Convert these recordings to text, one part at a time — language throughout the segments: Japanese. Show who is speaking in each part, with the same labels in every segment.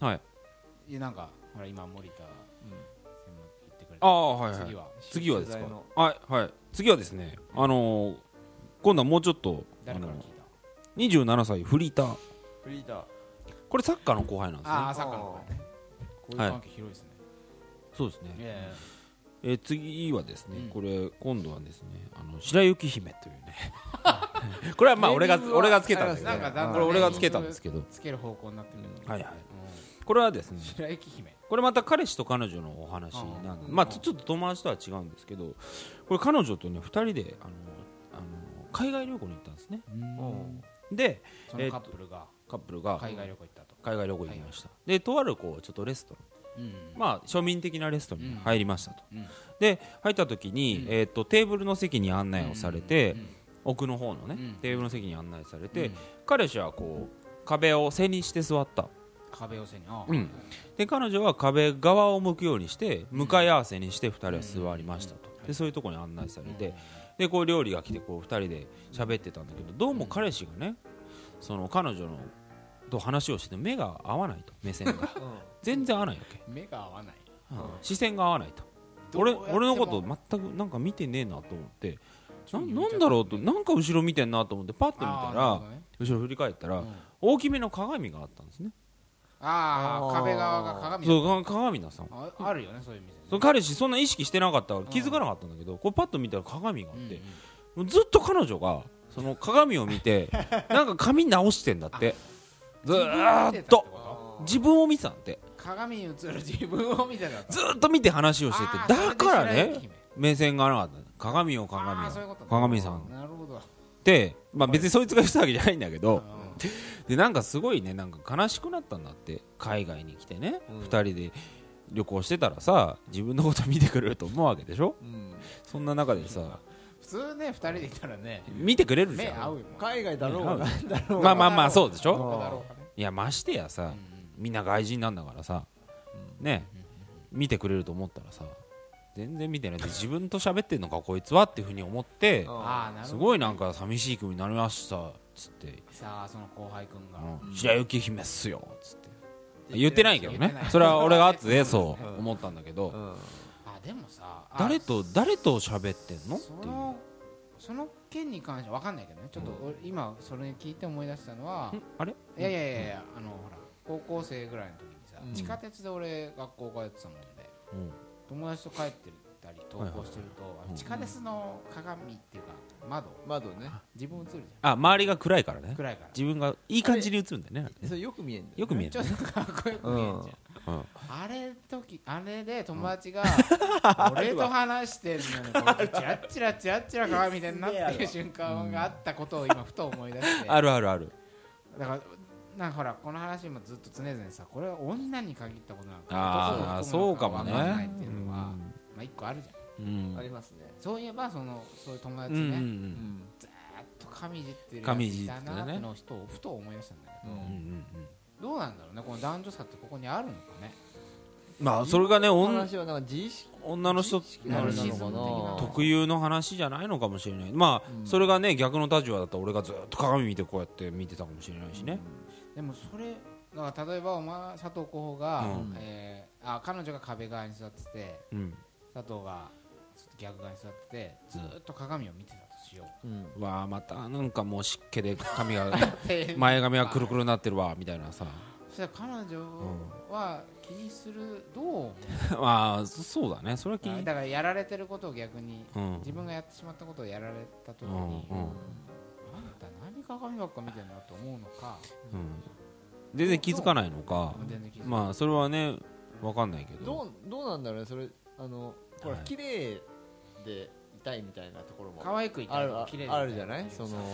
Speaker 1: はい
Speaker 2: いやなんかほら今森田専門言ってくれ
Speaker 1: あ
Speaker 2: た
Speaker 1: あはいはい
Speaker 2: 次は
Speaker 1: 次はですか
Speaker 3: 取材の
Speaker 1: はいはい次はですねあのー、今度はもうちょっとあ
Speaker 2: 誰から
Speaker 1: の
Speaker 2: 聞いた
Speaker 1: 27歳フリーター
Speaker 3: フリーダー
Speaker 1: これサッカーの後輩なんですね
Speaker 2: ああサッカーの方ねこういう
Speaker 1: はい
Speaker 2: 関係広いですね
Speaker 1: そうですね
Speaker 2: いやいや
Speaker 1: えー次はですね、
Speaker 2: うん
Speaker 1: これ今度はですねあの白雪姫という ねこれはまあ俺が俺がつけたんですけど
Speaker 2: なんかだんだんね
Speaker 1: これ俺がつけたんですけど
Speaker 2: つける方向になってるけど
Speaker 1: はいはい
Speaker 2: うん
Speaker 1: これはですね
Speaker 2: 白雪姫
Speaker 1: これまた彼氏と彼女のお話なんで、
Speaker 2: うん
Speaker 1: まあ、ちょちょっと友達とは違うんですけどこれ彼女とね2人であのあの海外旅行に行ったんですね
Speaker 3: うん
Speaker 1: で
Speaker 2: そ
Speaker 1: え
Speaker 2: の
Speaker 1: っ
Speaker 2: カ
Speaker 1: と
Speaker 2: ップルが
Speaker 1: カップルが
Speaker 2: 海外旅行行ったと
Speaker 1: 海外旅行に行きました、でとあるこうちょっとレストラン
Speaker 2: ま
Speaker 1: まあ庶民的なレストランに入りましたと、
Speaker 2: うんうん
Speaker 1: で入った時に、
Speaker 2: うん
Speaker 1: えっとテーブルの席に案内をされて、
Speaker 2: うん
Speaker 1: 奥の方のね、
Speaker 2: うん
Speaker 1: テーブルの席に案内されて、
Speaker 2: うん
Speaker 1: 彼氏はこう壁を背にして座った、
Speaker 2: 壁を背にああ
Speaker 1: うんで彼女は壁側を向くようにして向かい合わせにして2人は座りましたと、でそういうところに案内されて、でこう料理が来てこう2人で喋ってたんだけどどうも彼氏がねその彼女のと話をして目が合わないと目線 が全然合わないわけ、
Speaker 2: 目が合わない
Speaker 1: うん
Speaker 3: うん
Speaker 1: 視線が合わないと
Speaker 2: どう
Speaker 1: 俺
Speaker 2: やっても
Speaker 1: 俺のこと全くなんか見てねえなと思ってな
Speaker 2: うん
Speaker 1: なんだろうとなんか後ろ見てんなと思ってパッて見たら
Speaker 2: あーなるほどね
Speaker 1: 後ろ振り返ったら、
Speaker 2: うん
Speaker 1: 大きめの鏡があったんですね、
Speaker 2: あ
Speaker 3: あ
Speaker 2: あ
Speaker 3: ー
Speaker 2: 壁側が鏡だ
Speaker 1: そうか鏡ださん
Speaker 2: ああるよねそういう店
Speaker 1: その彼氏そんな意識してなかったから気づかなかったんだけど、こうパッと見たら鏡があっ
Speaker 2: うんうん
Speaker 1: て、もうずっと彼女がその鏡を見 てなんか髪直してんだってずーっと自分を見てたんだって
Speaker 2: 鏡に映る自分を見てたと
Speaker 1: ずーっと見て話をしててだからね
Speaker 2: ね
Speaker 1: 目線が合わなかった鏡よ鏡
Speaker 2: あ
Speaker 1: よ
Speaker 2: ーそういうことね
Speaker 1: 鏡さん
Speaker 2: なるほど
Speaker 1: で、まあ、別にそいつがしたわけじゃないんだけど、
Speaker 2: うん
Speaker 1: でなんかすごいねなんか悲しくなったんだって海外に来てね、
Speaker 3: うん
Speaker 1: 2人で旅行してたらさ自分のこと見てくれると思うわけでしょ
Speaker 3: うん
Speaker 1: そんな中でさ
Speaker 2: 普通ね二人でいたらね
Speaker 1: 見てくれるじ
Speaker 2: 目合
Speaker 1: ゃ
Speaker 2: うんよ
Speaker 3: 海外だろうがなんだろうが
Speaker 1: まあまあまあそうでし
Speaker 3: う
Speaker 1: ょ
Speaker 3: ん
Speaker 2: どこだろうかね
Speaker 1: いやましてや
Speaker 2: う
Speaker 1: さ
Speaker 2: んうん
Speaker 1: みんな外人なんだからさね見てくれると思ったらさ全然見てないで自分と喋ってんのかこいつはっていうふうに思って
Speaker 2: ああなる
Speaker 1: す
Speaker 2: ほど
Speaker 1: ごいなんか寂しい気分になりましたっつって
Speaker 2: さあその後輩くんが
Speaker 1: うん白雪姫っすよっつって言ってないけどねそれは俺が後でそう思ったんだけど
Speaker 3: うん
Speaker 2: あでもさあ
Speaker 1: 誰と誰と喋ってんのっ
Speaker 2: そ
Speaker 1: ていう
Speaker 2: のその件に関してわかんないけどねちょっと俺今それ聞いて思い出したのは
Speaker 1: んあれ
Speaker 2: いやいやいやいやあのほら高校生ぐらいの時にさ
Speaker 3: うん
Speaker 2: 地下鉄で俺学校通ってたもんで
Speaker 1: うん
Speaker 2: 友達と帰ってたり登校してるとあの地下鉄の鏡っていうか窓
Speaker 3: 窓ね
Speaker 2: 自分映るじ
Speaker 1: あ周りが暗いから
Speaker 2: ゃん
Speaker 1: ね
Speaker 2: 暗いから
Speaker 1: 自分がいい感じに映るんだよねなんかね
Speaker 3: それよく見えんだ
Speaker 1: よく見え
Speaker 2: ち
Speaker 1: る
Speaker 2: ょっとかっこよく見えんじ
Speaker 1: うんう
Speaker 2: ゃん、
Speaker 1: ん
Speaker 2: あれ時あれで友達が 俺と話してるのにこいつチラッチラッチラッチラ鏡見てんなっていう瞬間があったことを今ふと思い出して
Speaker 1: あるあるある
Speaker 2: だからなんかほらこの話もずっと常々さこれは女に限ったことなの
Speaker 1: あー
Speaker 2: か男を含む
Speaker 1: そうかも
Speaker 2: の
Speaker 1: ね
Speaker 2: わんないっていうのはまあ一個あるじゃん
Speaker 1: うん
Speaker 3: ありますね
Speaker 2: そういえばそのそういう友
Speaker 1: う
Speaker 2: 達
Speaker 1: んう
Speaker 2: ね、
Speaker 3: うんん
Speaker 2: あっと髪いじってる
Speaker 1: 髪いじっ
Speaker 2: やつい
Speaker 1: てた
Speaker 2: た
Speaker 1: ね
Speaker 2: なってのを人をふと思い出したんだけ
Speaker 3: う
Speaker 1: うんうんうんん
Speaker 2: どどうなんだろうねこの男女差ってここにあるのかね
Speaker 1: まあそれがね女
Speaker 3: 話はなんか自意識
Speaker 1: 女の人
Speaker 3: 自意識のあれなのかな
Speaker 1: 特有の話じゃないのかもしれないまあ、
Speaker 3: うん
Speaker 1: それがね逆の立場だったら俺がずっと鏡見てこうやって見てたかもしれないしね、
Speaker 2: でもそれだから例えばお前佐藤候補が、
Speaker 1: うん
Speaker 2: えーあ彼女が壁側に座ってて
Speaker 1: うん
Speaker 2: 佐藤がちょっと逆側に座っててずーっと鏡を見てたとしよ
Speaker 3: うんうん
Speaker 1: うわあまたなんかもう湿気で髪が
Speaker 2: う、で
Speaker 1: 前髪がくるくるになってるわみたいなさ
Speaker 2: そしたら彼女は気にするどう思
Speaker 1: まあそそうだねそれは気
Speaker 2: う
Speaker 1: に
Speaker 2: だからやられてることを逆に
Speaker 1: うん
Speaker 2: 自分がやってしまったことをやられた時に、
Speaker 1: うんうん
Speaker 2: あんた何鏡ばっか見てんなと思うのか
Speaker 1: うん全然気づかないのか
Speaker 2: 全然気づかない
Speaker 1: まあそれはねわかんないけど
Speaker 3: どうどうなんだろうねそれあのほら
Speaker 1: はい
Speaker 3: 綺麗でいたいみたいなところも
Speaker 2: 可愛くいた
Speaker 3: あ
Speaker 2: い
Speaker 3: るあ
Speaker 2: 綺麗
Speaker 3: あるじゃないそ
Speaker 2: そ
Speaker 3: の
Speaker 2: の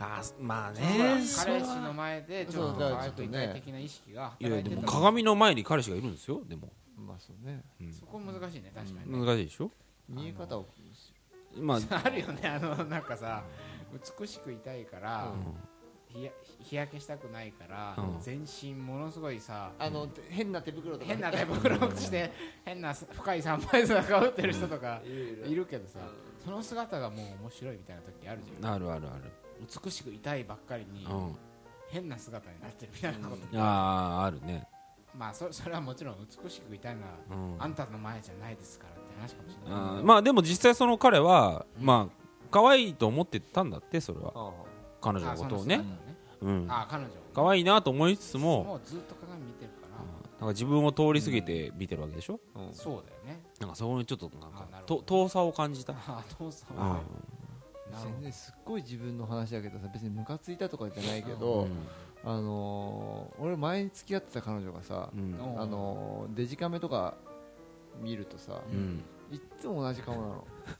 Speaker 1: あまあ
Speaker 2: ほら
Speaker 1: ねそ
Speaker 2: 彼
Speaker 1: れ
Speaker 2: 氏
Speaker 1: は
Speaker 2: の前でちょっと可愛くいたい的な意識が
Speaker 1: いや
Speaker 2: 働い
Speaker 1: で
Speaker 2: て
Speaker 1: も
Speaker 2: たの
Speaker 1: 鏡の前に彼氏がいるんですよでも、
Speaker 3: まあそうね
Speaker 1: うん
Speaker 2: そこ難しいね確かにね、
Speaker 1: 難しいでしょ
Speaker 3: 見え方を
Speaker 1: まあ
Speaker 2: あるよねあのなんかさ美しくいたいから、日や日焼けしたくないから、
Speaker 1: うん
Speaker 2: 全身ものすごいさ
Speaker 3: あの変な手袋とかね
Speaker 2: 変な手袋をして変な深いサンバイザーかぶってる人とか
Speaker 3: いるいる
Speaker 2: いるけどさその姿がもう面白いみたいな時あるじゃん
Speaker 1: あるあるある
Speaker 2: 美しくいたいばっかりに
Speaker 1: うん
Speaker 2: 変な姿になってるみたいなこと
Speaker 1: あああるね
Speaker 2: まあそそれはもちろん美しくいたいのは
Speaker 1: うん
Speaker 2: あんたの前じゃないですからって話かもしれない
Speaker 1: うんまあでも実際その彼は、まあ可愛いと思ってたんだってそれは
Speaker 3: あ
Speaker 1: 彼女のことをね
Speaker 2: あそうなんですね
Speaker 1: うん
Speaker 2: あ彼女
Speaker 1: 可愛いなと思いつつも
Speaker 2: もうずっと鏡見てるから
Speaker 1: なんか自分を通り過ぎて見てるわけでしょ、
Speaker 3: あうん
Speaker 2: そうだよね
Speaker 1: なんかそこにちょっとなんか
Speaker 2: あなるほ
Speaker 1: と
Speaker 2: ど
Speaker 1: 遠さを感じた、
Speaker 2: あ父さん
Speaker 1: あ
Speaker 2: はなるほ
Speaker 3: 全然すっごい自分の話だけどさ別にムカついたとかじゃないけど、あのー俺前に付き合ってた彼女がさ、
Speaker 1: うんうん
Speaker 2: ど
Speaker 3: あのーデジカメとか見るとさ、
Speaker 1: うん
Speaker 3: いっつも同じ顔な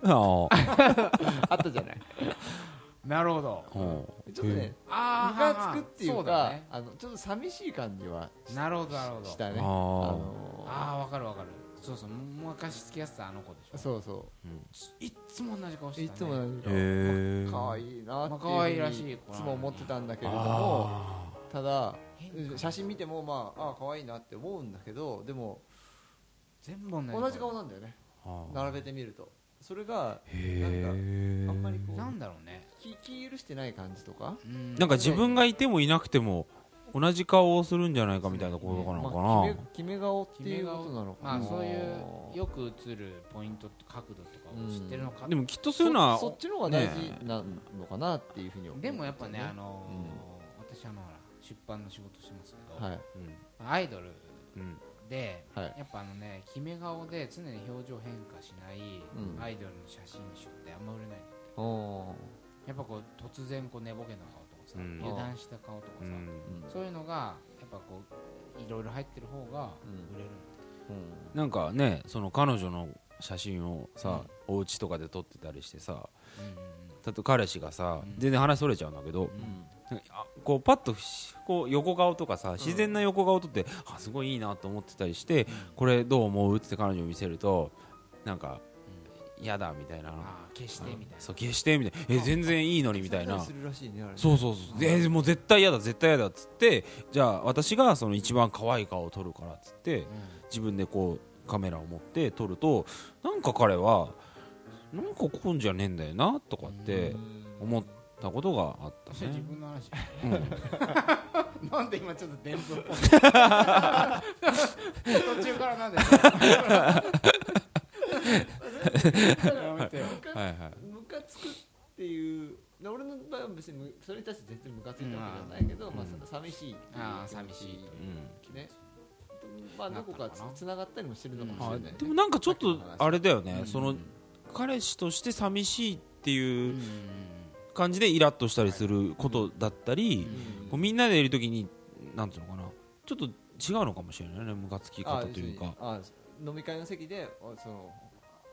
Speaker 3: の
Speaker 1: ああ
Speaker 3: あったじゃない
Speaker 2: なるほど
Speaker 1: うん
Speaker 3: ちょっとねム
Speaker 2: あー
Speaker 3: カつくってい
Speaker 2: そうう
Speaker 3: か
Speaker 2: だね
Speaker 3: あのちょっと寂しい感じは
Speaker 2: なるほどなるほど
Speaker 3: したね
Speaker 1: あー
Speaker 3: のー
Speaker 2: ああわかるわかるそうそうもう昔付き合ってたあの子でしょ
Speaker 3: そうそ
Speaker 2: いっつも同じ顔し
Speaker 3: う
Speaker 2: て
Speaker 3: い
Speaker 2: た、ね、
Speaker 3: つも同じ
Speaker 1: へ
Speaker 3: 顔
Speaker 1: え
Speaker 3: 可愛いなって
Speaker 2: ま
Speaker 3: い
Speaker 2: あ
Speaker 3: う
Speaker 2: 可愛い
Speaker 3: ふう
Speaker 2: ら
Speaker 3: に
Speaker 2: しい
Speaker 3: い
Speaker 2: 子なんだ
Speaker 3: つも思ってたんだけれども
Speaker 1: あ
Speaker 3: ただ
Speaker 2: 変な
Speaker 3: 写真見てもまああー可愛いなって思うんだけどでも
Speaker 2: 全部同じ
Speaker 3: 同じ顔なんだよね
Speaker 1: あ
Speaker 3: 並べてみるとそれが
Speaker 1: へえ
Speaker 3: あんまりこう
Speaker 2: なんだろうね
Speaker 3: 聞き許してない感じとか
Speaker 2: うん
Speaker 1: なんか自分がいてもいなくても同じ顔をするんじゃないかみたいなことなのかな、
Speaker 3: まあ決め決め顔っていうことなのか
Speaker 2: ま
Speaker 3: な
Speaker 2: あそういうよく映るポイント角度とかを知ってるのか、
Speaker 1: でもきっとそういうのは
Speaker 3: そそっちの方が大事なのかなっていうふうに思う
Speaker 2: でもやっぱね、あのー私あのほら出版の仕事してますけど、
Speaker 3: はい
Speaker 1: うん
Speaker 2: アイドル
Speaker 1: うん
Speaker 2: で、
Speaker 3: はい
Speaker 2: やっぱあのね決め顔で常に表情変化しない
Speaker 3: うん
Speaker 2: アイドルの写真集ってあんま売れない、
Speaker 3: おー
Speaker 2: やっぱこう突然こう寝ぼけな顔とかさ、
Speaker 1: うん
Speaker 2: 油断した顔とか
Speaker 1: う
Speaker 2: さ、
Speaker 1: ん
Speaker 3: うん
Speaker 2: そういうのがやっぱこういろいろ入ってる方が売れるんだ
Speaker 3: うん
Speaker 1: なんかねその彼女の写真をさ、お家とかで撮ってたりしてさだと彼氏がさ、
Speaker 2: うん
Speaker 1: 全然話それちゃうんだけど、
Speaker 3: うん
Speaker 1: なんかあこうパッとしこう横顔とかさ自然な横顔とって、あすごいいいなと思ってたりして、これどう思うって彼女に見せるとなんか嫌だみたいな
Speaker 2: ああ消してみたいな
Speaker 1: そう消してみたいなえ全然いいのにみたいな
Speaker 3: するらしいねあれ
Speaker 1: そうそうそうえもう絶対嫌だ絶対嫌だっつってじゃあ私がその一番可愛い顔を撮るからっつって自分でこうカメラを持って撮るとなんか彼はなんかこんじゃねえんだよなとかって思ったことがあった
Speaker 2: うん
Speaker 1: ね
Speaker 2: 自。分の話
Speaker 1: うん
Speaker 2: なんで今ちょっと伝聞っぽい途中からなんでやめてよ
Speaker 1: はいはい
Speaker 3: ムカつくっていうで俺の場合は別にむそれに対して全然ムカついたわけじゃないけど、
Speaker 1: うん
Speaker 3: まあさ、寂しいっていう
Speaker 2: あー寂しい
Speaker 1: うん
Speaker 3: ねまあどこか
Speaker 2: なったの
Speaker 3: つ
Speaker 2: かな
Speaker 3: つながったりもしてるのかもし
Speaker 1: あ
Speaker 3: れないね
Speaker 1: でもなんかちょっとあれだよね、
Speaker 2: うん
Speaker 1: その彼氏として寂しいって
Speaker 2: う
Speaker 1: いうん感じでイラッとしたりすることだったり、
Speaker 3: うん
Speaker 1: こうみんなでいる時になんていうのかなちょっと違うのかもしれないねムカつき
Speaker 3: あ
Speaker 1: 方というか
Speaker 3: 要するにあ飲み会の席であその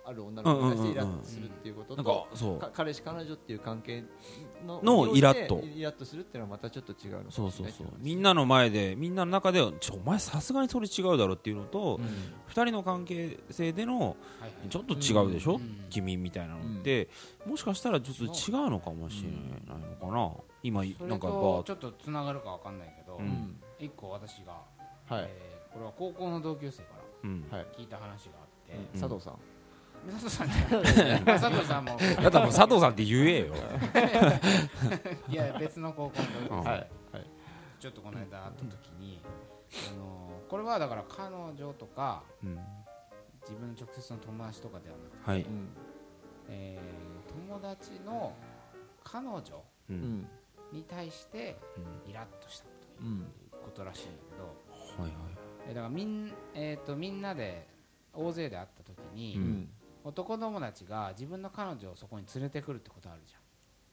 Speaker 3: ある女の子に対してイラッとするっていうこと
Speaker 1: なん
Speaker 3: と
Speaker 1: かそう
Speaker 3: か彼氏彼女っていう関係の
Speaker 1: の
Speaker 3: において
Speaker 1: イラッと
Speaker 3: イラッとするっていうのはまたちょっと違うのかもしれ
Speaker 1: そ
Speaker 3: な
Speaker 1: う
Speaker 3: い
Speaker 1: そうそうみんなの前でみんなの中でちょお前さすがにそれ違うだろっていうのと、
Speaker 3: うん
Speaker 1: 二人の関係性での
Speaker 2: はいはい
Speaker 1: ちょっと違うでしょ、
Speaker 2: うん
Speaker 1: 君みたいなのって、もしかしたらちょっと違うのかもしれないのかな、今
Speaker 2: そ
Speaker 1: な
Speaker 2: れ
Speaker 1: んかバー
Speaker 2: とちょっとつながるかわかんないけど
Speaker 1: う
Speaker 3: うんん
Speaker 2: 一個私が
Speaker 3: はい
Speaker 2: えーこれは高校の同級生か
Speaker 1: うん
Speaker 3: はい
Speaker 2: ら聞いた話があって
Speaker 1: うん
Speaker 3: 佐藤さん
Speaker 2: 佐藤さんじゃない佐藤さんも
Speaker 1: だったらもう佐藤さんって言えよ。
Speaker 2: いや別の高校の同級生
Speaker 1: はい
Speaker 3: はい
Speaker 2: ちょっとこの間会った時にあのーこれはだから彼女とか
Speaker 1: うん、
Speaker 2: 自分の直接の友達とかではなくて
Speaker 1: はい。
Speaker 2: えー友達の彼女
Speaker 1: う。
Speaker 3: うんん
Speaker 2: に対してイラッとした
Speaker 3: う
Speaker 2: とい
Speaker 3: ん
Speaker 2: うことらしいんだけど、
Speaker 1: はいはい。
Speaker 2: えーだからみん,、えー、とみんなで大勢で会った時に、
Speaker 1: う
Speaker 3: うんん
Speaker 2: 男友達が自分の彼女をそこに連れてくるってことあるじ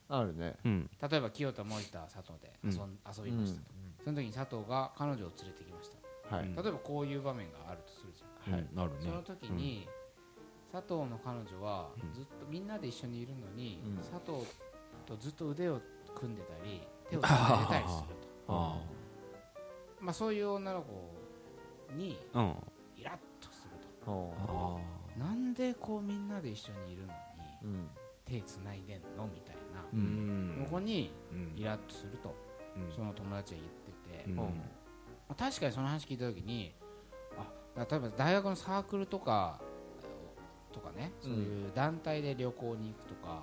Speaker 2: ゃ
Speaker 3: あるね
Speaker 1: うん。
Speaker 2: ん例えば清田森田佐藤で遊ん、遊びましたと、その時に佐藤が彼女を連れてきまし
Speaker 3: はい
Speaker 1: うん
Speaker 2: た例えばこういう場面があるとするじゃん
Speaker 3: はい
Speaker 1: なるね。
Speaker 2: その時に、佐藤の彼女は
Speaker 1: うん
Speaker 2: ずっとみんなで一緒にいるのに、
Speaker 3: うん
Speaker 2: 佐藤とずっと腕を組んでた り手をつないでたりする
Speaker 1: あ
Speaker 2: とまあそういう女の子に
Speaker 1: あ。うん。あ
Speaker 2: イラッとすると
Speaker 3: おー
Speaker 1: あ。
Speaker 2: なんでこうみんなで一緒にいるのに
Speaker 3: うん
Speaker 2: 手つないでんのみたいな、
Speaker 3: う
Speaker 1: うんん
Speaker 2: ここに
Speaker 1: うん
Speaker 2: イラッとすると
Speaker 1: うん
Speaker 2: その友達が言ってて、
Speaker 1: うん
Speaker 2: まあ確かにその話聞いた時にあだから例えば大学のサークルとかとかねそういう団体で旅行に行くとか、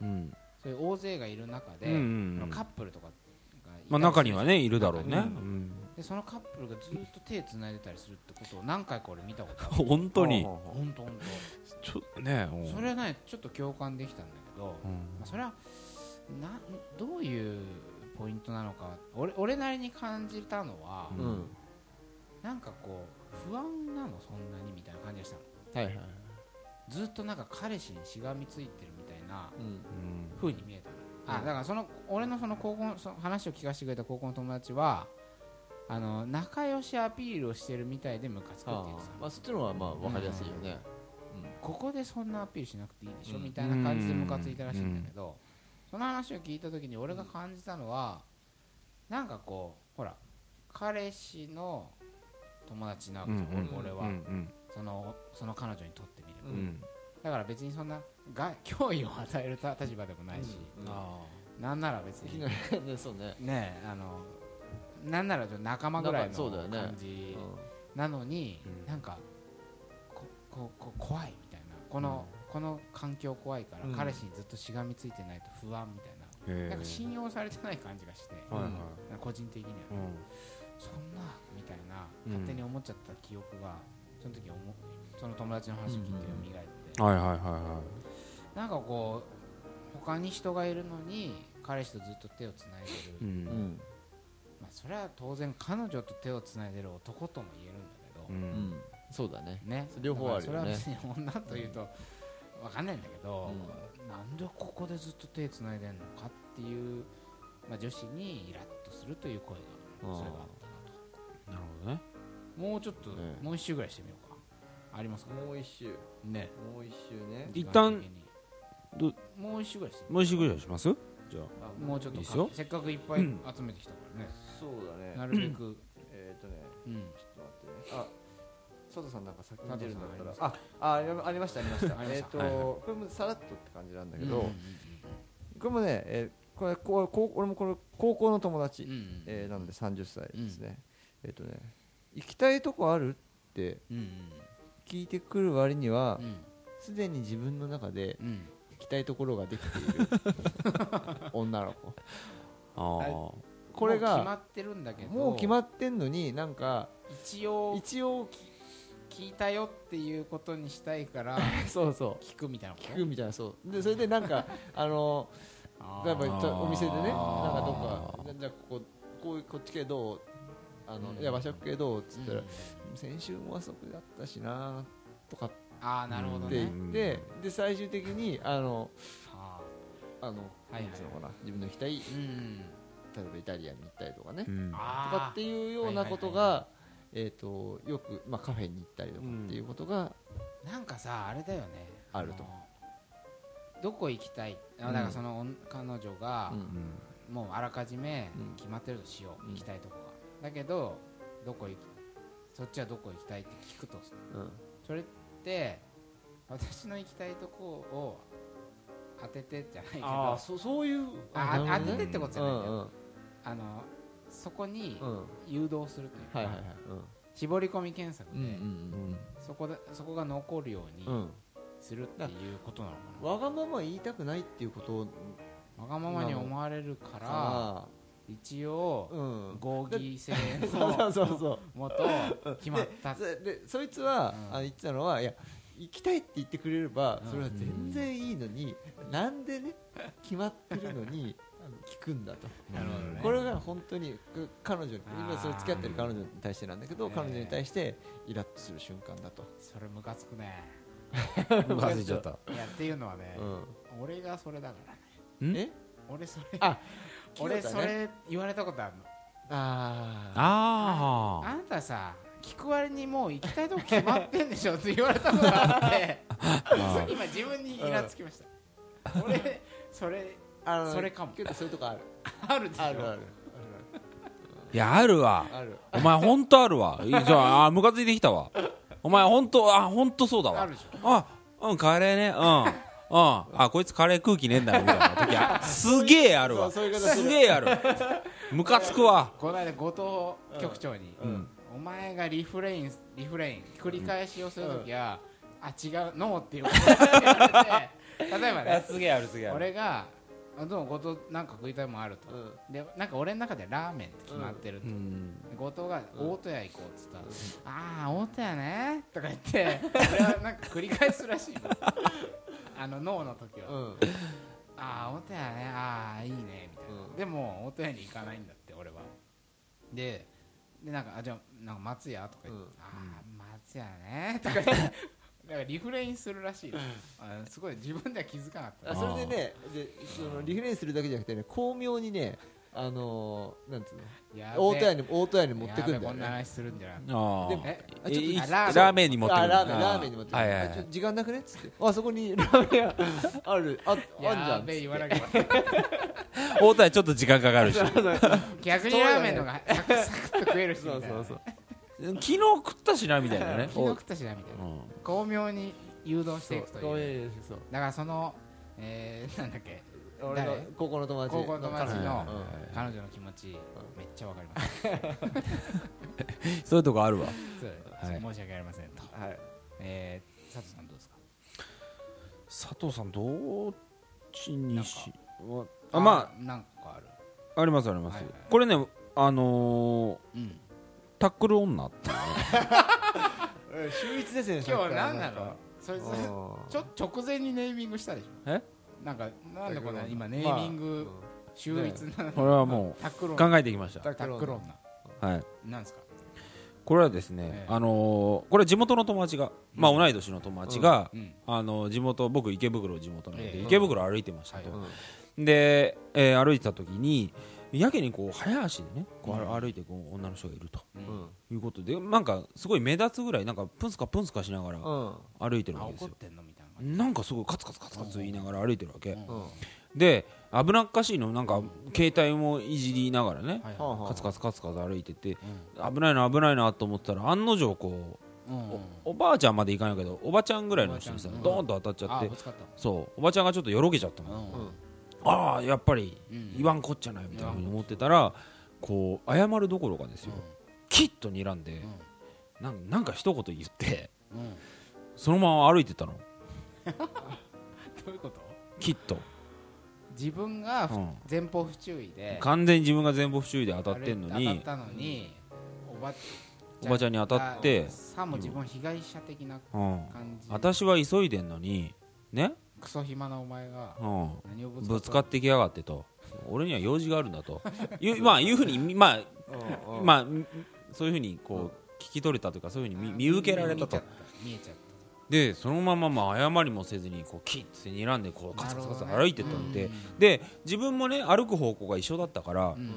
Speaker 1: うん。
Speaker 2: そういう大勢がいる中で、
Speaker 1: うんうんうん
Speaker 2: そのカップルとかがいたりする
Speaker 1: まあ中にはねいるだろうね。
Speaker 2: 中
Speaker 1: う
Speaker 2: に
Speaker 1: ん
Speaker 2: でそのカップルがずっと手つないでたりするってことを何回か俺見たことある
Speaker 1: 本当に
Speaker 3: はあはあ
Speaker 2: ほんとほんと
Speaker 1: ちょっとねうん
Speaker 2: それはねちょっと共感できたんだけど、
Speaker 1: うん
Speaker 2: まあそれはなどういうポイントなのか俺俺なりに感じたのは、
Speaker 1: う
Speaker 3: うん
Speaker 2: なんかこう不安なのそんなにみたいな感じがしたの
Speaker 3: はいはい
Speaker 2: ずっとなんか彼氏にしがみついてるみたいな
Speaker 3: うん
Speaker 1: うん
Speaker 2: 風に見えたの、あだからその俺のその高校のその話を聞かせてくれた高校の友達はあの仲良しアピールをしてるみたいでムカつくって言ってたの
Speaker 3: まあそっちの方がまあわかりやすいよね
Speaker 2: ここでそんなアピールしなくていいでしょ、
Speaker 3: うん
Speaker 2: みたいな感じでムカついたらしいんだけど、その話を聞いた時に俺が感じたのは、なんかこうほら彼氏の友達なわけじゃん、
Speaker 1: うんうん
Speaker 2: 俺は、
Speaker 1: うん
Speaker 2: そのその彼女にとってみれば、
Speaker 1: う
Speaker 3: うんん
Speaker 2: だから別にそんなが 脅威を与えるた立場でもないし、
Speaker 3: うん
Speaker 1: あ
Speaker 2: なんなら別
Speaker 3: いき
Speaker 2: に
Speaker 3: な
Speaker 2: ね
Speaker 3: りね そうね
Speaker 2: えあのなんなら仲間ぐらい
Speaker 3: なんかそうだよ
Speaker 2: の
Speaker 3: ね
Speaker 2: 感
Speaker 3: う
Speaker 2: じ
Speaker 3: ん
Speaker 2: なのに、
Speaker 1: うん
Speaker 2: なんかこここ怖いみたいなこの、この環境怖いから、
Speaker 3: うん
Speaker 2: 彼氏にずっとしがみついてないと不安みたいな、
Speaker 1: あへ
Speaker 2: なんか
Speaker 1: え
Speaker 2: 信用されてない感じがして、
Speaker 1: はいはい
Speaker 2: なんか個人的には、
Speaker 1: うん
Speaker 2: そんなみたいな
Speaker 1: うん
Speaker 2: 勝手に思っちゃった記憶が、その時思うその友達の話を聞いて蘇って、
Speaker 1: はいはいはいは
Speaker 2: なんかこう他に人がいるのに彼氏とずっと手をつないでる、
Speaker 1: いうん
Speaker 3: うん
Speaker 2: まあ、それは当然彼女と手をつないでる男とも言えるんだけど、
Speaker 1: うん
Speaker 3: うんそうだね
Speaker 2: ね、
Speaker 3: 両方あるよね
Speaker 2: だからそれは別に女というと分かんないんだけど、なんでここでずっと手つないでんのかっていう、まあ、女子にイラッとするという声が
Speaker 3: あー
Speaker 2: そういえばあったな
Speaker 1: なる
Speaker 2: と
Speaker 1: ほどね
Speaker 2: もうちょっと、
Speaker 3: ね
Speaker 2: もう一周ぐらいしてみようかありますか
Speaker 3: もう一周
Speaker 2: ね
Speaker 3: もう一周ね
Speaker 1: 一旦
Speaker 2: 時間的
Speaker 1: ど
Speaker 2: にもう一周ぐらいしてみよ
Speaker 1: もう一ぐらいしますじゃあ
Speaker 2: うもうちょっと
Speaker 1: いいっすよ
Speaker 2: かせっかくいっぱい集めてきたからね、
Speaker 3: そうだね
Speaker 2: なるべく、
Speaker 3: えっとね
Speaker 2: うん、
Speaker 3: ちょっと待ってねあ佐藤さんなんか先に出るんだったら
Speaker 2: 佐
Speaker 3: あああありましたありました
Speaker 2: ありま
Speaker 3: え
Speaker 2: し
Speaker 3: ったと
Speaker 1: はいはい
Speaker 3: これもさらっとって感じなんだけ
Speaker 2: うん
Speaker 3: どこれもねえーこれこうこう俺もこれ高校の友
Speaker 2: うん
Speaker 3: 達
Speaker 2: うん
Speaker 3: えーなので30歳ですねえっとね行きたいとこあるって
Speaker 2: うん
Speaker 3: 聞いてくる割には
Speaker 2: うん
Speaker 3: すでに自分の中で
Speaker 2: うんうん
Speaker 3: 行きたいところができている女の子
Speaker 1: ああ
Speaker 3: これ
Speaker 2: もう決ま
Speaker 3: が
Speaker 2: ってるんだけど
Speaker 3: もう決まってんのになんか
Speaker 2: 一応
Speaker 3: 一応
Speaker 2: 聞いたよっていうことにしたいから
Speaker 3: そうそ
Speaker 2: 聞くみたいなこ
Speaker 3: う
Speaker 2: と
Speaker 3: 聞くみたいなそうでそれでなん かあの
Speaker 2: あー
Speaker 3: やっぱりちょお店でねなんかど
Speaker 1: あー
Speaker 3: っかじゃあこここうこっち系どうあの、
Speaker 2: うん
Speaker 3: いや和食系どうっつったら、
Speaker 2: うん
Speaker 3: 先週もあそこだったしなとかっ
Speaker 2: ああなるほど
Speaker 3: て言
Speaker 2: ね
Speaker 3: っ、
Speaker 1: うん
Speaker 3: て、で最終的にあの
Speaker 2: あ
Speaker 3: あ
Speaker 2: は
Speaker 3: の、
Speaker 2: いはい
Speaker 3: なんつうのかな自分の行きたい例
Speaker 2: ーうん
Speaker 3: えばイタリアンに行ったりとかね、
Speaker 1: うん
Speaker 3: とか
Speaker 2: あ
Speaker 3: っていうようなことが、えー、とよく、まあ、カフェに行ったりとかっていうことが、
Speaker 2: ーなんかさあれだよね
Speaker 3: あると
Speaker 2: のどこ行きたいあだ
Speaker 3: うん
Speaker 2: からその女彼女が
Speaker 3: うん
Speaker 1: うん
Speaker 2: もうあらかじめ
Speaker 3: うん
Speaker 2: 決まってるとしよう、
Speaker 3: うん
Speaker 2: 行きたいとこがだけどどこ行きそっちはどこ行きたいって聞くと
Speaker 3: うん
Speaker 2: それって私の行きたいとこを当ててじゃないけど
Speaker 1: ああそそういう
Speaker 2: あ
Speaker 3: なるほ
Speaker 2: 当
Speaker 3: どね
Speaker 2: ててってことじ
Speaker 3: う
Speaker 2: ゃないん
Speaker 3: ん
Speaker 2: だ
Speaker 3: う
Speaker 2: よ、
Speaker 3: んうん
Speaker 2: あのそこに
Speaker 3: は
Speaker 2: 誘導するという
Speaker 3: い
Speaker 2: か、
Speaker 3: はいはい
Speaker 2: 絞り込み検索で、
Speaker 3: うんうん
Speaker 2: そこでそこが残るよう
Speaker 3: うんう
Speaker 2: に
Speaker 3: ん
Speaker 2: するっていうことなのかな、
Speaker 3: わがまま言いたくないっていうこと
Speaker 2: わがままに思われるから
Speaker 3: か
Speaker 2: 一応
Speaker 3: らうん
Speaker 2: 合議制
Speaker 3: そうそ
Speaker 2: の
Speaker 3: うそうそう
Speaker 2: もと決まったっ
Speaker 3: そでそいつは
Speaker 2: うん
Speaker 3: あの言ってたのはいや行きたいって言ってくれれば
Speaker 2: うん
Speaker 3: それは全然いいのになんでね決まってるのにあの聞くんだと
Speaker 2: なるほどね
Speaker 3: これが本当にく彼女に
Speaker 2: あー
Speaker 3: 今それ付き合ってる彼女に対してなんだけど
Speaker 2: ええ
Speaker 3: 彼女に対してイラッとする瞬間だと
Speaker 2: それムカつくね
Speaker 1: ムカついちゃった
Speaker 2: いやっていうのはね、
Speaker 3: うん
Speaker 2: 俺がそれだからね
Speaker 1: ん
Speaker 3: え
Speaker 2: 俺それ
Speaker 3: あ
Speaker 2: 俺
Speaker 3: 清
Speaker 2: そ
Speaker 3: 田ね
Speaker 2: れ言われたことあるの
Speaker 3: あ
Speaker 1: ああ
Speaker 2: あなたさ聞く割にもう行きたいとこ決まってんでしょって言われたことがあって
Speaker 1: あ
Speaker 2: 今自分にイラつきました俺それ
Speaker 3: ああの
Speaker 2: それかも
Speaker 3: けどそういうとこある
Speaker 2: あるでしょ
Speaker 3: あるある
Speaker 1: いやあるわ
Speaker 3: ある
Speaker 1: お前ほんとあるわいいじゃああームカついてきたわお前ほんとあほんとそうだ
Speaker 2: あ
Speaker 1: わ
Speaker 2: るでしょ
Speaker 1: あうんカレーねうんうんあこいつカレー空気ねえんだなみたいな時あすげえあるわ
Speaker 3: そうそういうことす
Speaker 1: す
Speaker 3: る
Speaker 1: げえあるムカつくわ
Speaker 2: この間後藤局長に、
Speaker 1: うん
Speaker 2: お前がリフレインリフレイン繰り返しをするときは、 あ違うノーっていうことだって言われて例えばね
Speaker 1: すげえあるすげ
Speaker 2: 俺があどうも後藤なんか食いたいもんあると、
Speaker 3: うん
Speaker 2: でなんか俺の中でラーメンって決まってると、
Speaker 1: うん
Speaker 2: 後藤が
Speaker 3: うん
Speaker 2: 大戸屋行こうっつったら「ああ大戸屋ね」とか言 って俺はなんか繰り返すらしいのあの脳の時は「
Speaker 3: うん
Speaker 2: ああ大戸屋ねああいいね」みたいな、
Speaker 3: うん
Speaker 2: でも大戸屋に行かないんだって俺はででなんかあ「じゃあなんか松屋?」とか言って「
Speaker 3: うん
Speaker 2: ああ松屋ね」とか言ってなんかリフレインするらしいのあのすごい自分では気づかなかった
Speaker 3: あそれでねでそのリフレインするだけじゃなくてね巧妙にねあのー、なんつうの
Speaker 2: やべ
Speaker 3: 大戸屋に大戸屋に持ってく
Speaker 2: や
Speaker 3: ん
Speaker 2: べ
Speaker 3: だ
Speaker 2: こ
Speaker 3: よ
Speaker 2: んな
Speaker 3: ね
Speaker 2: 話するんじゃない
Speaker 1: あ
Speaker 3: で
Speaker 1: あ
Speaker 3: も
Speaker 2: え
Speaker 3: あちょっと
Speaker 1: いラ
Speaker 2: あラ
Speaker 1: ー
Speaker 2: ー
Speaker 1: メンに持ってく
Speaker 3: あ
Speaker 1: る
Speaker 3: ラーメ
Speaker 1: あ
Speaker 3: ンラーメンに持ってくる、
Speaker 1: はいはいはい
Speaker 3: あちょ時間なくねっつってあそこにラーメン屋あるああんじゃ
Speaker 2: や
Speaker 3: んっ
Speaker 2: べえ
Speaker 3: つ
Speaker 2: 言
Speaker 3: っ
Speaker 2: わ
Speaker 3: て
Speaker 2: なきゃ
Speaker 1: 大谷ちょっと時間かかるし昨
Speaker 2: 逆にラーメンの方がサクサクっと食えるしみ
Speaker 3: そ
Speaker 2: たいうな
Speaker 3: そうそう
Speaker 1: 日食ったしなみたいなね
Speaker 2: 昨日食ったしなみたいな巧妙に誘導していくと
Speaker 3: そう
Speaker 2: いう
Speaker 3: いうそう
Speaker 2: だからそのえーなんだっけ
Speaker 3: 俺の
Speaker 2: 誰
Speaker 3: 高校の友達
Speaker 2: 高校の友達の
Speaker 3: うん
Speaker 2: 彼女の気持ちめっちゃわかります
Speaker 1: そういうとこあるわ
Speaker 2: そう
Speaker 1: はい
Speaker 2: 申し訳ありませんと
Speaker 3: はい
Speaker 2: えー佐藤さんどうですか
Speaker 1: 佐藤さんどっちにしあ
Speaker 2: あ
Speaker 1: ま
Speaker 2: なんかある
Speaker 1: あありますあります、
Speaker 2: はいはい
Speaker 1: これねあのー
Speaker 2: うん
Speaker 1: タックル女っていうね
Speaker 3: うん秀逸ですね
Speaker 2: 今
Speaker 3: さっ
Speaker 2: 日
Speaker 3: きから
Speaker 2: 何なのそれそれちょ直前にネーミングしたでしょ
Speaker 1: え
Speaker 2: なんかなんでこんな今
Speaker 3: まあ
Speaker 2: ネーミング
Speaker 3: うん
Speaker 2: 秀逸な
Speaker 1: これはも
Speaker 2: タックロ
Speaker 1: う
Speaker 2: ン
Speaker 1: 考えてきました
Speaker 3: タ
Speaker 2: タックロンな
Speaker 1: はい
Speaker 2: なんですか
Speaker 1: これはですね、
Speaker 2: ええ
Speaker 1: あのーこれは地元の友達が、まあ同い年の友達が、
Speaker 2: うん
Speaker 1: あのー地元僕池袋地元なんで、
Speaker 2: ええ
Speaker 1: 池袋歩いてましたと、
Speaker 2: は
Speaker 3: うん
Speaker 1: で、えー歩いてた時にやけにこう早足でねこう
Speaker 2: う
Speaker 1: 歩いてこう女の人がいると
Speaker 2: う
Speaker 3: うん
Speaker 2: ん
Speaker 1: いうことでなんかすごい目立つぐらいなんかプンスカプンスカしながら
Speaker 3: うん
Speaker 1: 歩いてるわ
Speaker 2: あ
Speaker 1: けです
Speaker 2: 怒っ
Speaker 1: よ
Speaker 2: てんのみたいな感じ
Speaker 1: なんかすごいカツカツカツカツ言いながら歩いてるわけ
Speaker 2: うん
Speaker 3: うんは
Speaker 1: で危なっかしいのなんか携帯もいじりながらね
Speaker 2: はい
Speaker 3: あ
Speaker 2: は
Speaker 3: はあ
Speaker 1: カツカツカツカツ歩いてて危ないな危ないなと思ったら案の定こう
Speaker 2: いうん
Speaker 1: おおばあちゃんまでいかないけどおばちゃんぐらいの人にさ
Speaker 2: おばちゃん
Speaker 1: ドーンと当たっちゃっ
Speaker 2: あ
Speaker 1: て
Speaker 2: ぶつかった
Speaker 1: そうおばちゃんがちょっとよろけちゃった
Speaker 2: う
Speaker 1: の
Speaker 2: ん
Speaker 3: うん
Speaker 1: ああやっぱり
Speaker 2: うん
Speaker 1: 言わんこっちゃないみたいなふうに思ってたらこう謝るどころかですよキッと睨んでなんなんか一言言って
Speaker 2: うんうん
Speaker 1: そのまま歩いてたの
Speaker 2: どういうこと
Speaker 1: キッと、
Speaker 2: 自分が
Speaker 1: う
Speaker 2: ふ
Speaker 1: ん、
Speaker 2: 前方不注意で
Speaker 1: 完全に自分が全部不注意で当たってんの
Speaker 2: あれ
Speaker 1: に
Speaker 2: 当たったのにおば
Speaker 1: おばちゃんに当たって
Speaker 2: あ、さも自分被害者的な
Speaker 1: うん、
Speaker 2: 感じ
Speaker 1: 私は急いでんのにね、
Speaker 2: クソ暇なお前が
Speaker 1: うん、
Speaker 2: 何をぶつか
Speaker 1: ぶつか
Speaker 2: っ
Speaker 1: ってきやがってと俺には用事があるんだという,、 まあ、いうふうに、まあまあ、そういうふうにこう聞き取れたというかそういうふうに見見受けられた
Speaker 2: 見ちゃ
Speaker 1: と
Speaker 2: った見えちゃっ
Speaker 1: でそのまままあ謝りもせずにこうキッて睨んでこう
Speaker 2: た
Speaker 1: カツカツカツ
Speaker 2: なるほどね
Speaker 1: 歩いてったんで、
Speaker 2: うん
Speaker 1: で自分もね歩く方向が一緒だったから
Speaker 2: う、ん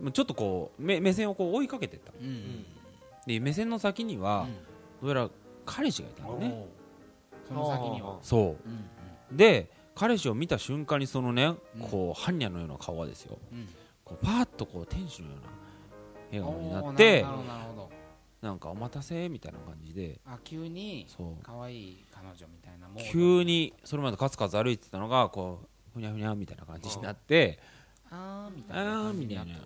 Speaker 1: まあちょっとこう目目線をこう追いかけてった
Speaker 2: うんうん
Speaker 1: で目線の先には、
Speaker 2: う
Speaker 1: どうやら彼氏がいたの
Speaker 2: ん
Speaker 1: ね
Speaker 2: おうその先には
Speaker 1: そ
Speaker 2: うんうん
Speaker 1: うで彼氏を見た瞬間にそのね
Speaker 2: うん
Speaker 1: こう般若のような顔がですよ
Speaker 2: うん
Speaker 1: こうパーッとこう天使のような笑顔になっ
Speaker 2: お
Speaker 1: て
Speaker 2: ーなるほどなるほど
Speaker 1: なんかお待たせみたいな感じで
Speaker 2: あ急に
Speaker 1: そう
Speaker 2: 可愛い彼女みたいなも
Speaker 1: 急にそれまでカツカツ歩いてたのがこうふにゃふにゃみたいな感じになって
Speaker 2: あーみたいな
Speaker 1: あー
Speaker 2: 感じ
Speaker 1: み
Speaker 2: に
Speaker 1: た
Speaker 2: なっ
Speaker 1: いな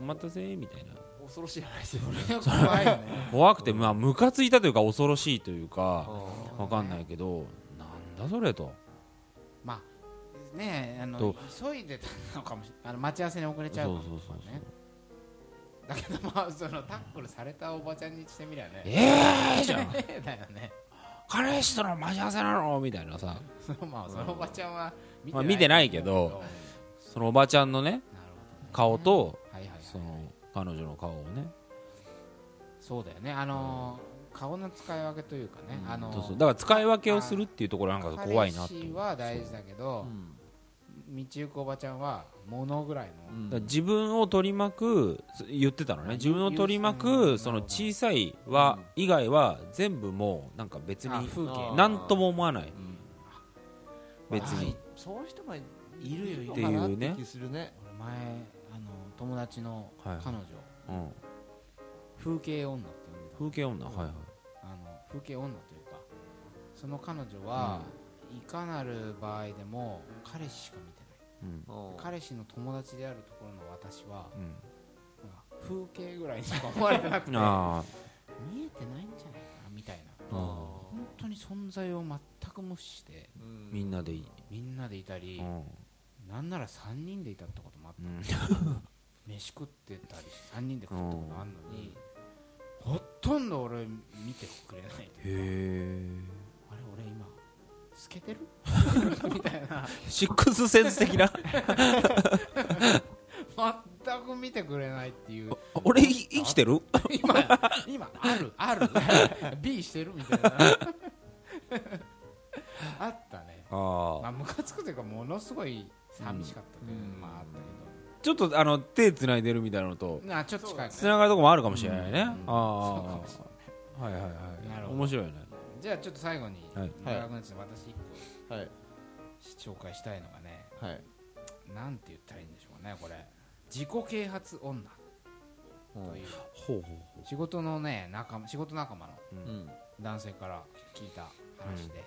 Speaker 1: お待たせみたいな
Speaker 3: 恐ろしい話ですね
Speaker 2: た 怖いよね
Speaker 1: 怖くてまあムカついたというか恐ろしいというか
Speaker 3: う
Speaker 1: わかんないけどなんだそれと
Speaker 2: まあねえあの
Speaker 1: と
Speaker 2: 急いでたのかもしれない待ち合わせに遅れちゃうかも
Speaker 1: そうそうそうそう
Speaker 2: ねだけどまあそのタックルされたおばちゃんにしてみりゃね
Speaker 1: ええじゃ ん
Speaker 2: だよね
Speaker 1: 彼氏との待ち合わせなのみたいなさ
Speaker 2: そのまあそのおばちゃんは見て,、
Speaker 1: まあ見てないけどそのおばちゃんのね
Speaker 2: なるほどね
Speaker 1: 顔と
Speaker 2: はいはいはい
Speaker 1: その彼女の顔をね
Speaker 2: そうだよねあのー顔の使い分けというかね、あのー
Speaker 1: そうそうだから使い分けをするっていうところなんか怖いなって
Speaker 2: 彼
Speaker 1: 思
Speaker 2: 氏
Speaker 1: う
Speaker 2: は大事だけど
Speaker 3: ん
Speaker 2: 道行くおばちゃんは物ぐらいの、
Speaker 1: だから自分を取り巻くす言ってたのね自分を取り巻くその小さい輪以外は全部もうなんか別
Speaker 2: あ
Speaker 1: に
Speaker 2: 風景
Speaker 3: あ
Speaker 1: 何とも思わない
Speaker 3: うん
Speaker 1: 別に
Speaker 2: あ
Speaker 3: そういう人もい
Speaker 2: いるよいるよ
Speaker 1: っていうね
Speaker 3: 気するね
Speaker 2: 俺前あの友達の
Speaker 1: はい
Speaker 2: 彼女、
Speaker 1: うん
Speaker 2: 風景女って呼んでた
Speaker 1: 風景女はいはい
Speaker 2: あの風景女というかその彼女は、いかなる場合でも彼氏しか見てない
Speaker 1: うん
Speaker 3: うん
Speaker 2: 彼氏の友達であるところの私は
Speaker 1: うん
Speaker 2: なんか風景ぐらいにしか思われてなくて
Speaker 1: あ
Speaker 2: 見えてないんじゃないかなみたいな
Speaker 1: あ
Speaker 2: 本当に存在を全く無視して
Speaker 3: う
Speaker 1: みんなでいい
Speaker 2: みんなでいたり
Speaker 1: うん
Speaker 2: なんなら3人でいたってこともあっ
Speaker 1: うん
Speaker 2: た飯食ってたり3人で食ったことあるのに、ほとんど俺見てくれないと
Speaker 1: へ
Speaker 2: いうか
Speaker 1: え
Speaker 2: あれ俺今透け てるみたいな
Speaker 1: シックスセンス的な
Speaker 2: 全く見てくれないって いう
Speaker 1: 俺い生きてる
Speaker 2: 今今あるある B してるみたい なあったね
Speaker 1: あ
Speaker 2: まあムカつくというかものすごい寂しかったけど、
Speaker 3: うん
Speaker 2: まああったけ
Speaker 1: ちょっとあの手つないでるみたいなのと
Speaker 2: ど、なあちょっと近いね
Speaker 1: つながるとこもあるかもしれないね、
Speaker 2: うん
Speaker 1: あ
Speaker 2: そうか
Speaker 1: あ
Speaker 2: もしれ
Speaker 1: は
Speaker 2: ない
Speaker 1: いはいは
Speaker 2: なる
Speaker 1: い
Speaker 2: ほど
Speaker 1: 面白いね
Speaker 2: じゃあちょっと最後に
Speaker 1: はい
Speaker 2: 村上君私一
Speaker 3: はい
Speaker 2: 個紹介したいのがね
Speaker 3: はい
Speaker 2: なんて言ったらいいんでしょうねこれ自己啓発女という
Speaker 1: ほうほうほ
Speaker 2: 仕事のね仲間仕事仲間の
Speaker 1: う
Speaker 3: うん
Speaker 2: 男性から聞いた話で、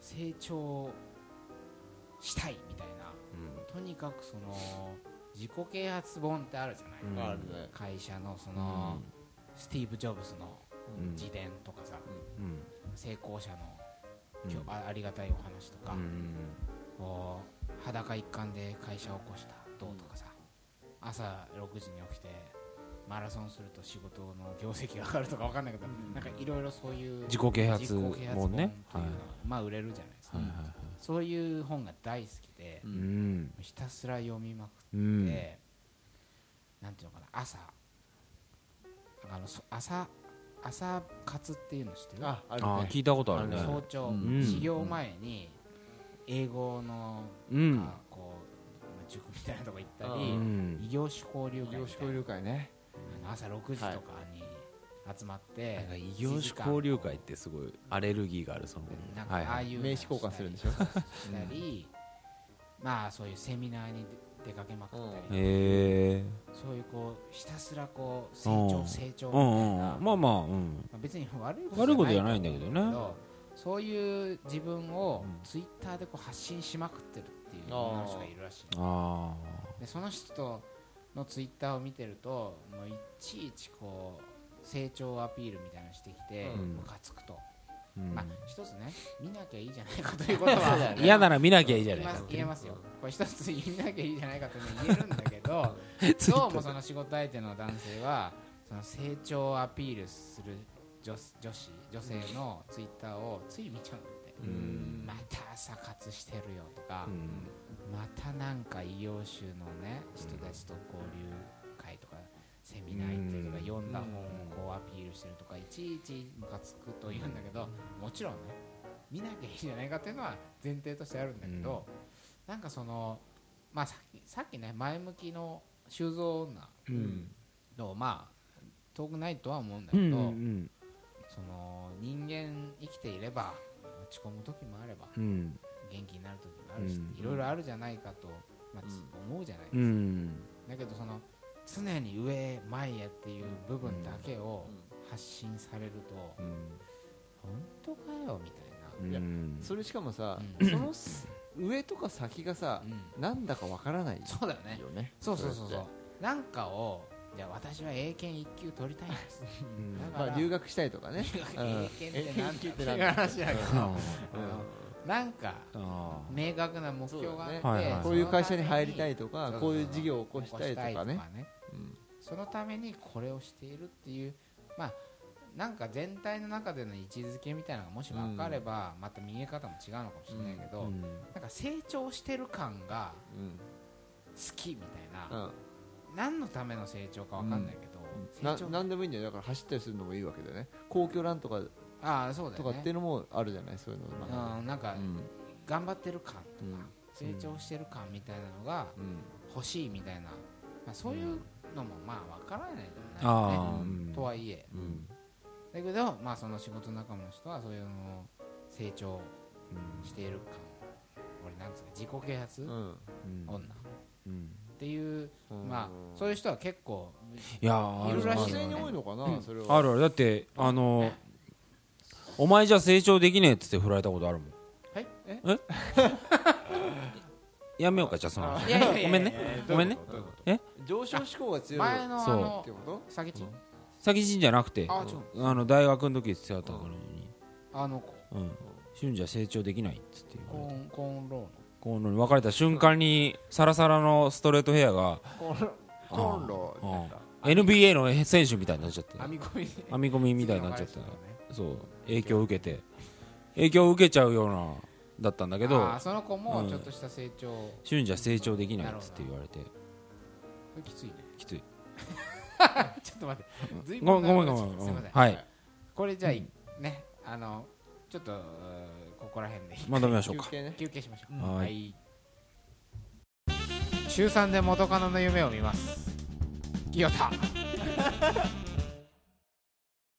Speaker 2: 成長したいみたいなとにかくその自己啓発本ってあるじゃない、
Speaker 1: うん
Speaker 3: あるね
Speaker 2: 会社のその、
Speaker 1: う
Speaker 2: スティーブ・ジョブズの
Speaker 1: ん
Speaker 2: 自伝とかさ、
Speaker 1: うんうん
Speaker 2: 成功者の
Speaker 1: うん
Speaker 2: 今日あありがたいお話とか、
Speaker 1: うん
Speaker 2: こう裸一貫で会社を起こしたどうとかさ、朝6時に起きてマラソンすると仕事の業績が上がるとかわかんないけど、なんかいろいろそういう
Speaker 1: 自己啓発
Speaker 2: 自己啓発
Speaker 1: も
Speaker 2: 本っていう
Speaker 1: ね
Speaker 2: の
Speaker 1: はい
Speaker 2: がまあ売れるじゃないですか、
Speaker 1: はいはい
Speaker 2: そういう本が大好きで
Speaker 3: う、
Speaker 1: うん
Speaker 2: ひたすら読みまくって
Speaker 1: うん
Speaker 2: でなんていうのかな朝あのそ朝朝活っていうの知ってる
Speaker 3: あある
Speaker 1: ああ
Speaker 3: ね
Speaker 1: 聞いたことあるね
Speaker 3: ある
Speaker 2: 早朝、
Speaker 3: うん
Speaker 2: 始業前に英語の、
Speaker 1: うん
Speaker 2: あこう塾みたいなとこ行ったり、
Speaker 3: う
Speaker 1: うん
Speaker 2: 異業種交流会
Speaker 3: 業
Speaker 2: み
Speaker 3: 種
Speaker 2: たい
Speaker 3: 交
Speaker 2: な
Speaker 3: 流会ね
Speaker 2: あの朝6時とかに集まって、
Speaker 1: なんか異業種交流会ってすごいアレルギーがあるその
Speaker 2: なん
Speaker 1: はい
Speaker 2: かあ
Speaker 1: は
Speaker 2: あ
Speaker 1: い
Speaker 2: いうのを
Speaker 3: 名刺交換するんでしょ
Speaker 2: したり、まあそういうセミナーに出かけまくったり、
Speaker 1: へえ
Speaker 2: そういうこうひたすらこう成長
Speaker 1: うん
Speaker 2: 成長み
Speaker 1: う
Speaker 2: たいな、
Speaker 1: んうんまあまあうん
Speaker 2: まあ別に悪いこと
Speaker 1: 悪いことじゃないんだけどね
Speaker 2: と思うんだけどそういう自分をツイッターでこう発信しまくってるっていう女の人がいるらしいの
Speaker 1: あ
Speaker 2: でその人のツイッターを見てるともういちいちこう成長アピールみたいなのしてきて
Speaker 3: うん
Speaker 2: ムカつくと、
Speaker 1: ーうん
Speaker 2: まあ一つね見なきゃいいじゃないかということは
Speaker 1: 嫌なら見な きゃいいじゃ
Speaker 2: 言
Speaker 1: ない
Speaker 2: え
Speaker 1: か
Speaker 2: ます
Speaker 1: って
Speaker 2: 言えますよこれ一つ見なきゃいいじゃないかというのは言えるんだけど
Speaker 1: ツイッ
Speaker 2: どう
Speaker 1: タ
Speaker 2: も
Speaker 1: ー
Speaker 2: その仕事相手の男性はその成長をアピールする女女子女性のツイッターをつい見ちゃうんだって、
Speaker 1: うん
Speaker 2: また朝活してるよとか
Speaker 1: う、ん
Speaker 2: またなんか異業種のね人たちと交流会とかセミナー行ってるとか、
Speaker 1: うん
Speaker 2: 読んだ本をこうアピールしてるとかいちいちムカつくというんだけどもちろんね見なきゃいいじゃないかっていうのは前提としてあるんだけど、なんかそのまあさっきさっきね前向きの修造女
Speaker 3: うん
Speaker 2: のまあ遠くないとは思うんだ
Speaker 1: う
Speaker 2: け
Speaker 1: ん
Speaker 2: ど、
Speaker 1: うん
Speaker 2: その人間生きていれば落ち込む時もあれば
Speaker 1: うん
Speaker 2: 元気になる時もあるし、
Speaker 1: うん
Speaker 2: いろいろあるじゃないかと、まあつ思うじゃないです
Speaker 1: う
Speaker 2: か、
Speaker 1: ん
Speaker 2: だけどその常に上前へっていう部分だけを発信されると、本当かよみた
Speaker 1: うん
Speaker 3: いや
Speaker 1: うん
Speaker 3: それしかもさ
Speaker 2: う
Speaker 3: そのす上とか先がさ
Speaker 2: いな、うん
Speaker 3: なんだかわからない
Speaker 2: そうだよね
Speaker 3: よね
Speaker 2: そうそうそう
Speaker 3: そ
Speaker 2: そう
Speaker 3: や
Speaker 2: う
Speaker 3: っ
Speaker 2: なんかをじゃあ私は英検一級取りたいんです
Speaker 1: うん
Speaker 2: だから、
Speaker 3: ま あ留学したいとかね
Speaker 2: 英検ってなんだっていう話 だけど、
Speaker 1: あ
Speaker 2: なんか
Speaker 1: あ
Speaker 2: 明確な目標があって、
Speaker 1: そうだねはいはい
Speaker 3: こういう会社に入りた
Speaker 2: い
Speaker 3: いと
Speaker 2: そ
Speaker 3: か
Speaker 2: うそうそう
Speaker 3: こういう事業を起こしたいとかねうん
Speaker 2: そのためにこれをしているっていうまあなんか全体の中での位置づけみたいなのがもし分かれば、また見え方も違うのかもしれないけど、
Speaker 1: うん
Speaker 2: なんか成長してる感が
Speaker 3: うん
Speaker 2: 好きみたいな、
Speaker 3: うん
Speaker 2: 何のための成長か分かんないけど、
Speaker 3: な
Speaker 2: 成長
Speaker 3: なんでもいいんだよだから走ったりするのもいいわけだよね皇居ランとか
Speaker 2: ああそうだ
Speaker 3: と
Speaker 2: よ
Speaker 3: か
Speaker 2: ね
Speaker 3: っていうのもあるじゃないそういうのの中
Speaker 2: うん、なんか
Speaker 3: でうん
Speaker 2: 頑張ってる感とか、
Speaker 3: うん
Speaker 2: 成長してる感みたいなのが
Speaker 3: うん
Speaker 2: 欲しいみたいな、まあ、そういうのもまあ分からないじゃない、ね
Speaker 1: ああうん
Speaker 2: とはいえ
Speaker 3: うん
Speaker 2: だけど、まあ、その仕事仲間の人はそういうの成長している感俺なんつうか自己啓発、
Speaker 3: うん
Speaker 1: うん
Speaker 2: 女っ
Speaker 1: うん
Speaker 2: ていう、
Speaker 3: うん
Speaker 2: まあそういう人は結構
Speaker 1: いやーあ
Speaker 2: いろ
Speaker 1: る
Speaker 2: いろらし
Speaker 1: あ
Speaker 2: い
Speaker 3: 女
Speaker 1: る
Speaker 3: 性に多いのかなそれは
Speaker 1: あるあるだってあのお前じゃ成長できねえっつって振られたことあるもん
Speaker 2: はい
Speaker 1: えやめようかじゃあその話
Speaker 2: いやいやいやいや
Speaker 1: ごめんねごめんね
Speaker 2: どういうこと
Speaker 3: 上昇志向が強い
Speaker 2: 前のあ
Speaker 1: そ
Speaker 2: の
Speaker 3: ってこと
Speaker 2: 詐欺地
Speaker 1: 先人じゃなくて
Speaker 2: あ違う
Speaker 1: あの大学の時付き合った頃に
Speaker 2: あのコ
Speaker 1: うん俊じゃ成長できないっつって言われ
Speaker 2: ー
Speaker 1: て
Speaker 2: ンコーンローの
Speaker 1: この別れた瞬間にサラサラのストレートヘアが
Speaker 3: コンロコンロみたいな
Speaker 1: NBA の選手みたいになっちゃって
Speaker 2: 編み込み
Speaker 1: 編み込みみたいになっちゃって
Speaker 2: たね
Speaker 1: そう影響を受けて影響を受けちゃうようなだったんだけど
Speaker 2: あーその子
Speaker 1: う
Speaker 2: も
Speaker 1: ん
Speaker 2: ちょっとした成長、
Speaker 1: 瞬じゃ成長できないっつって言われて
Speaker 2: これきついね
Speaker 1: きつい
Speaker 2: ちょっと待って随分
Speaker 1: ごめんごめん
Speaker 2: 長
Speaker 1: ごめ
Speaker 2: く
Speaker 1: ん
Speaker 2: なっちゃったすいません
Speaker 1: うんはい
Speaker 2: これじゃあ、ねあのちょっとうーここら辺で
Speaker 1: まとめましょうか
Speaker 3: 休憩ね
Speaker 2: 休憩しましょ
Speaker 1: うん
Speaker 2: う
Speaker 1: はい
Speaker 2: 中3で元カノの夢を見ます清田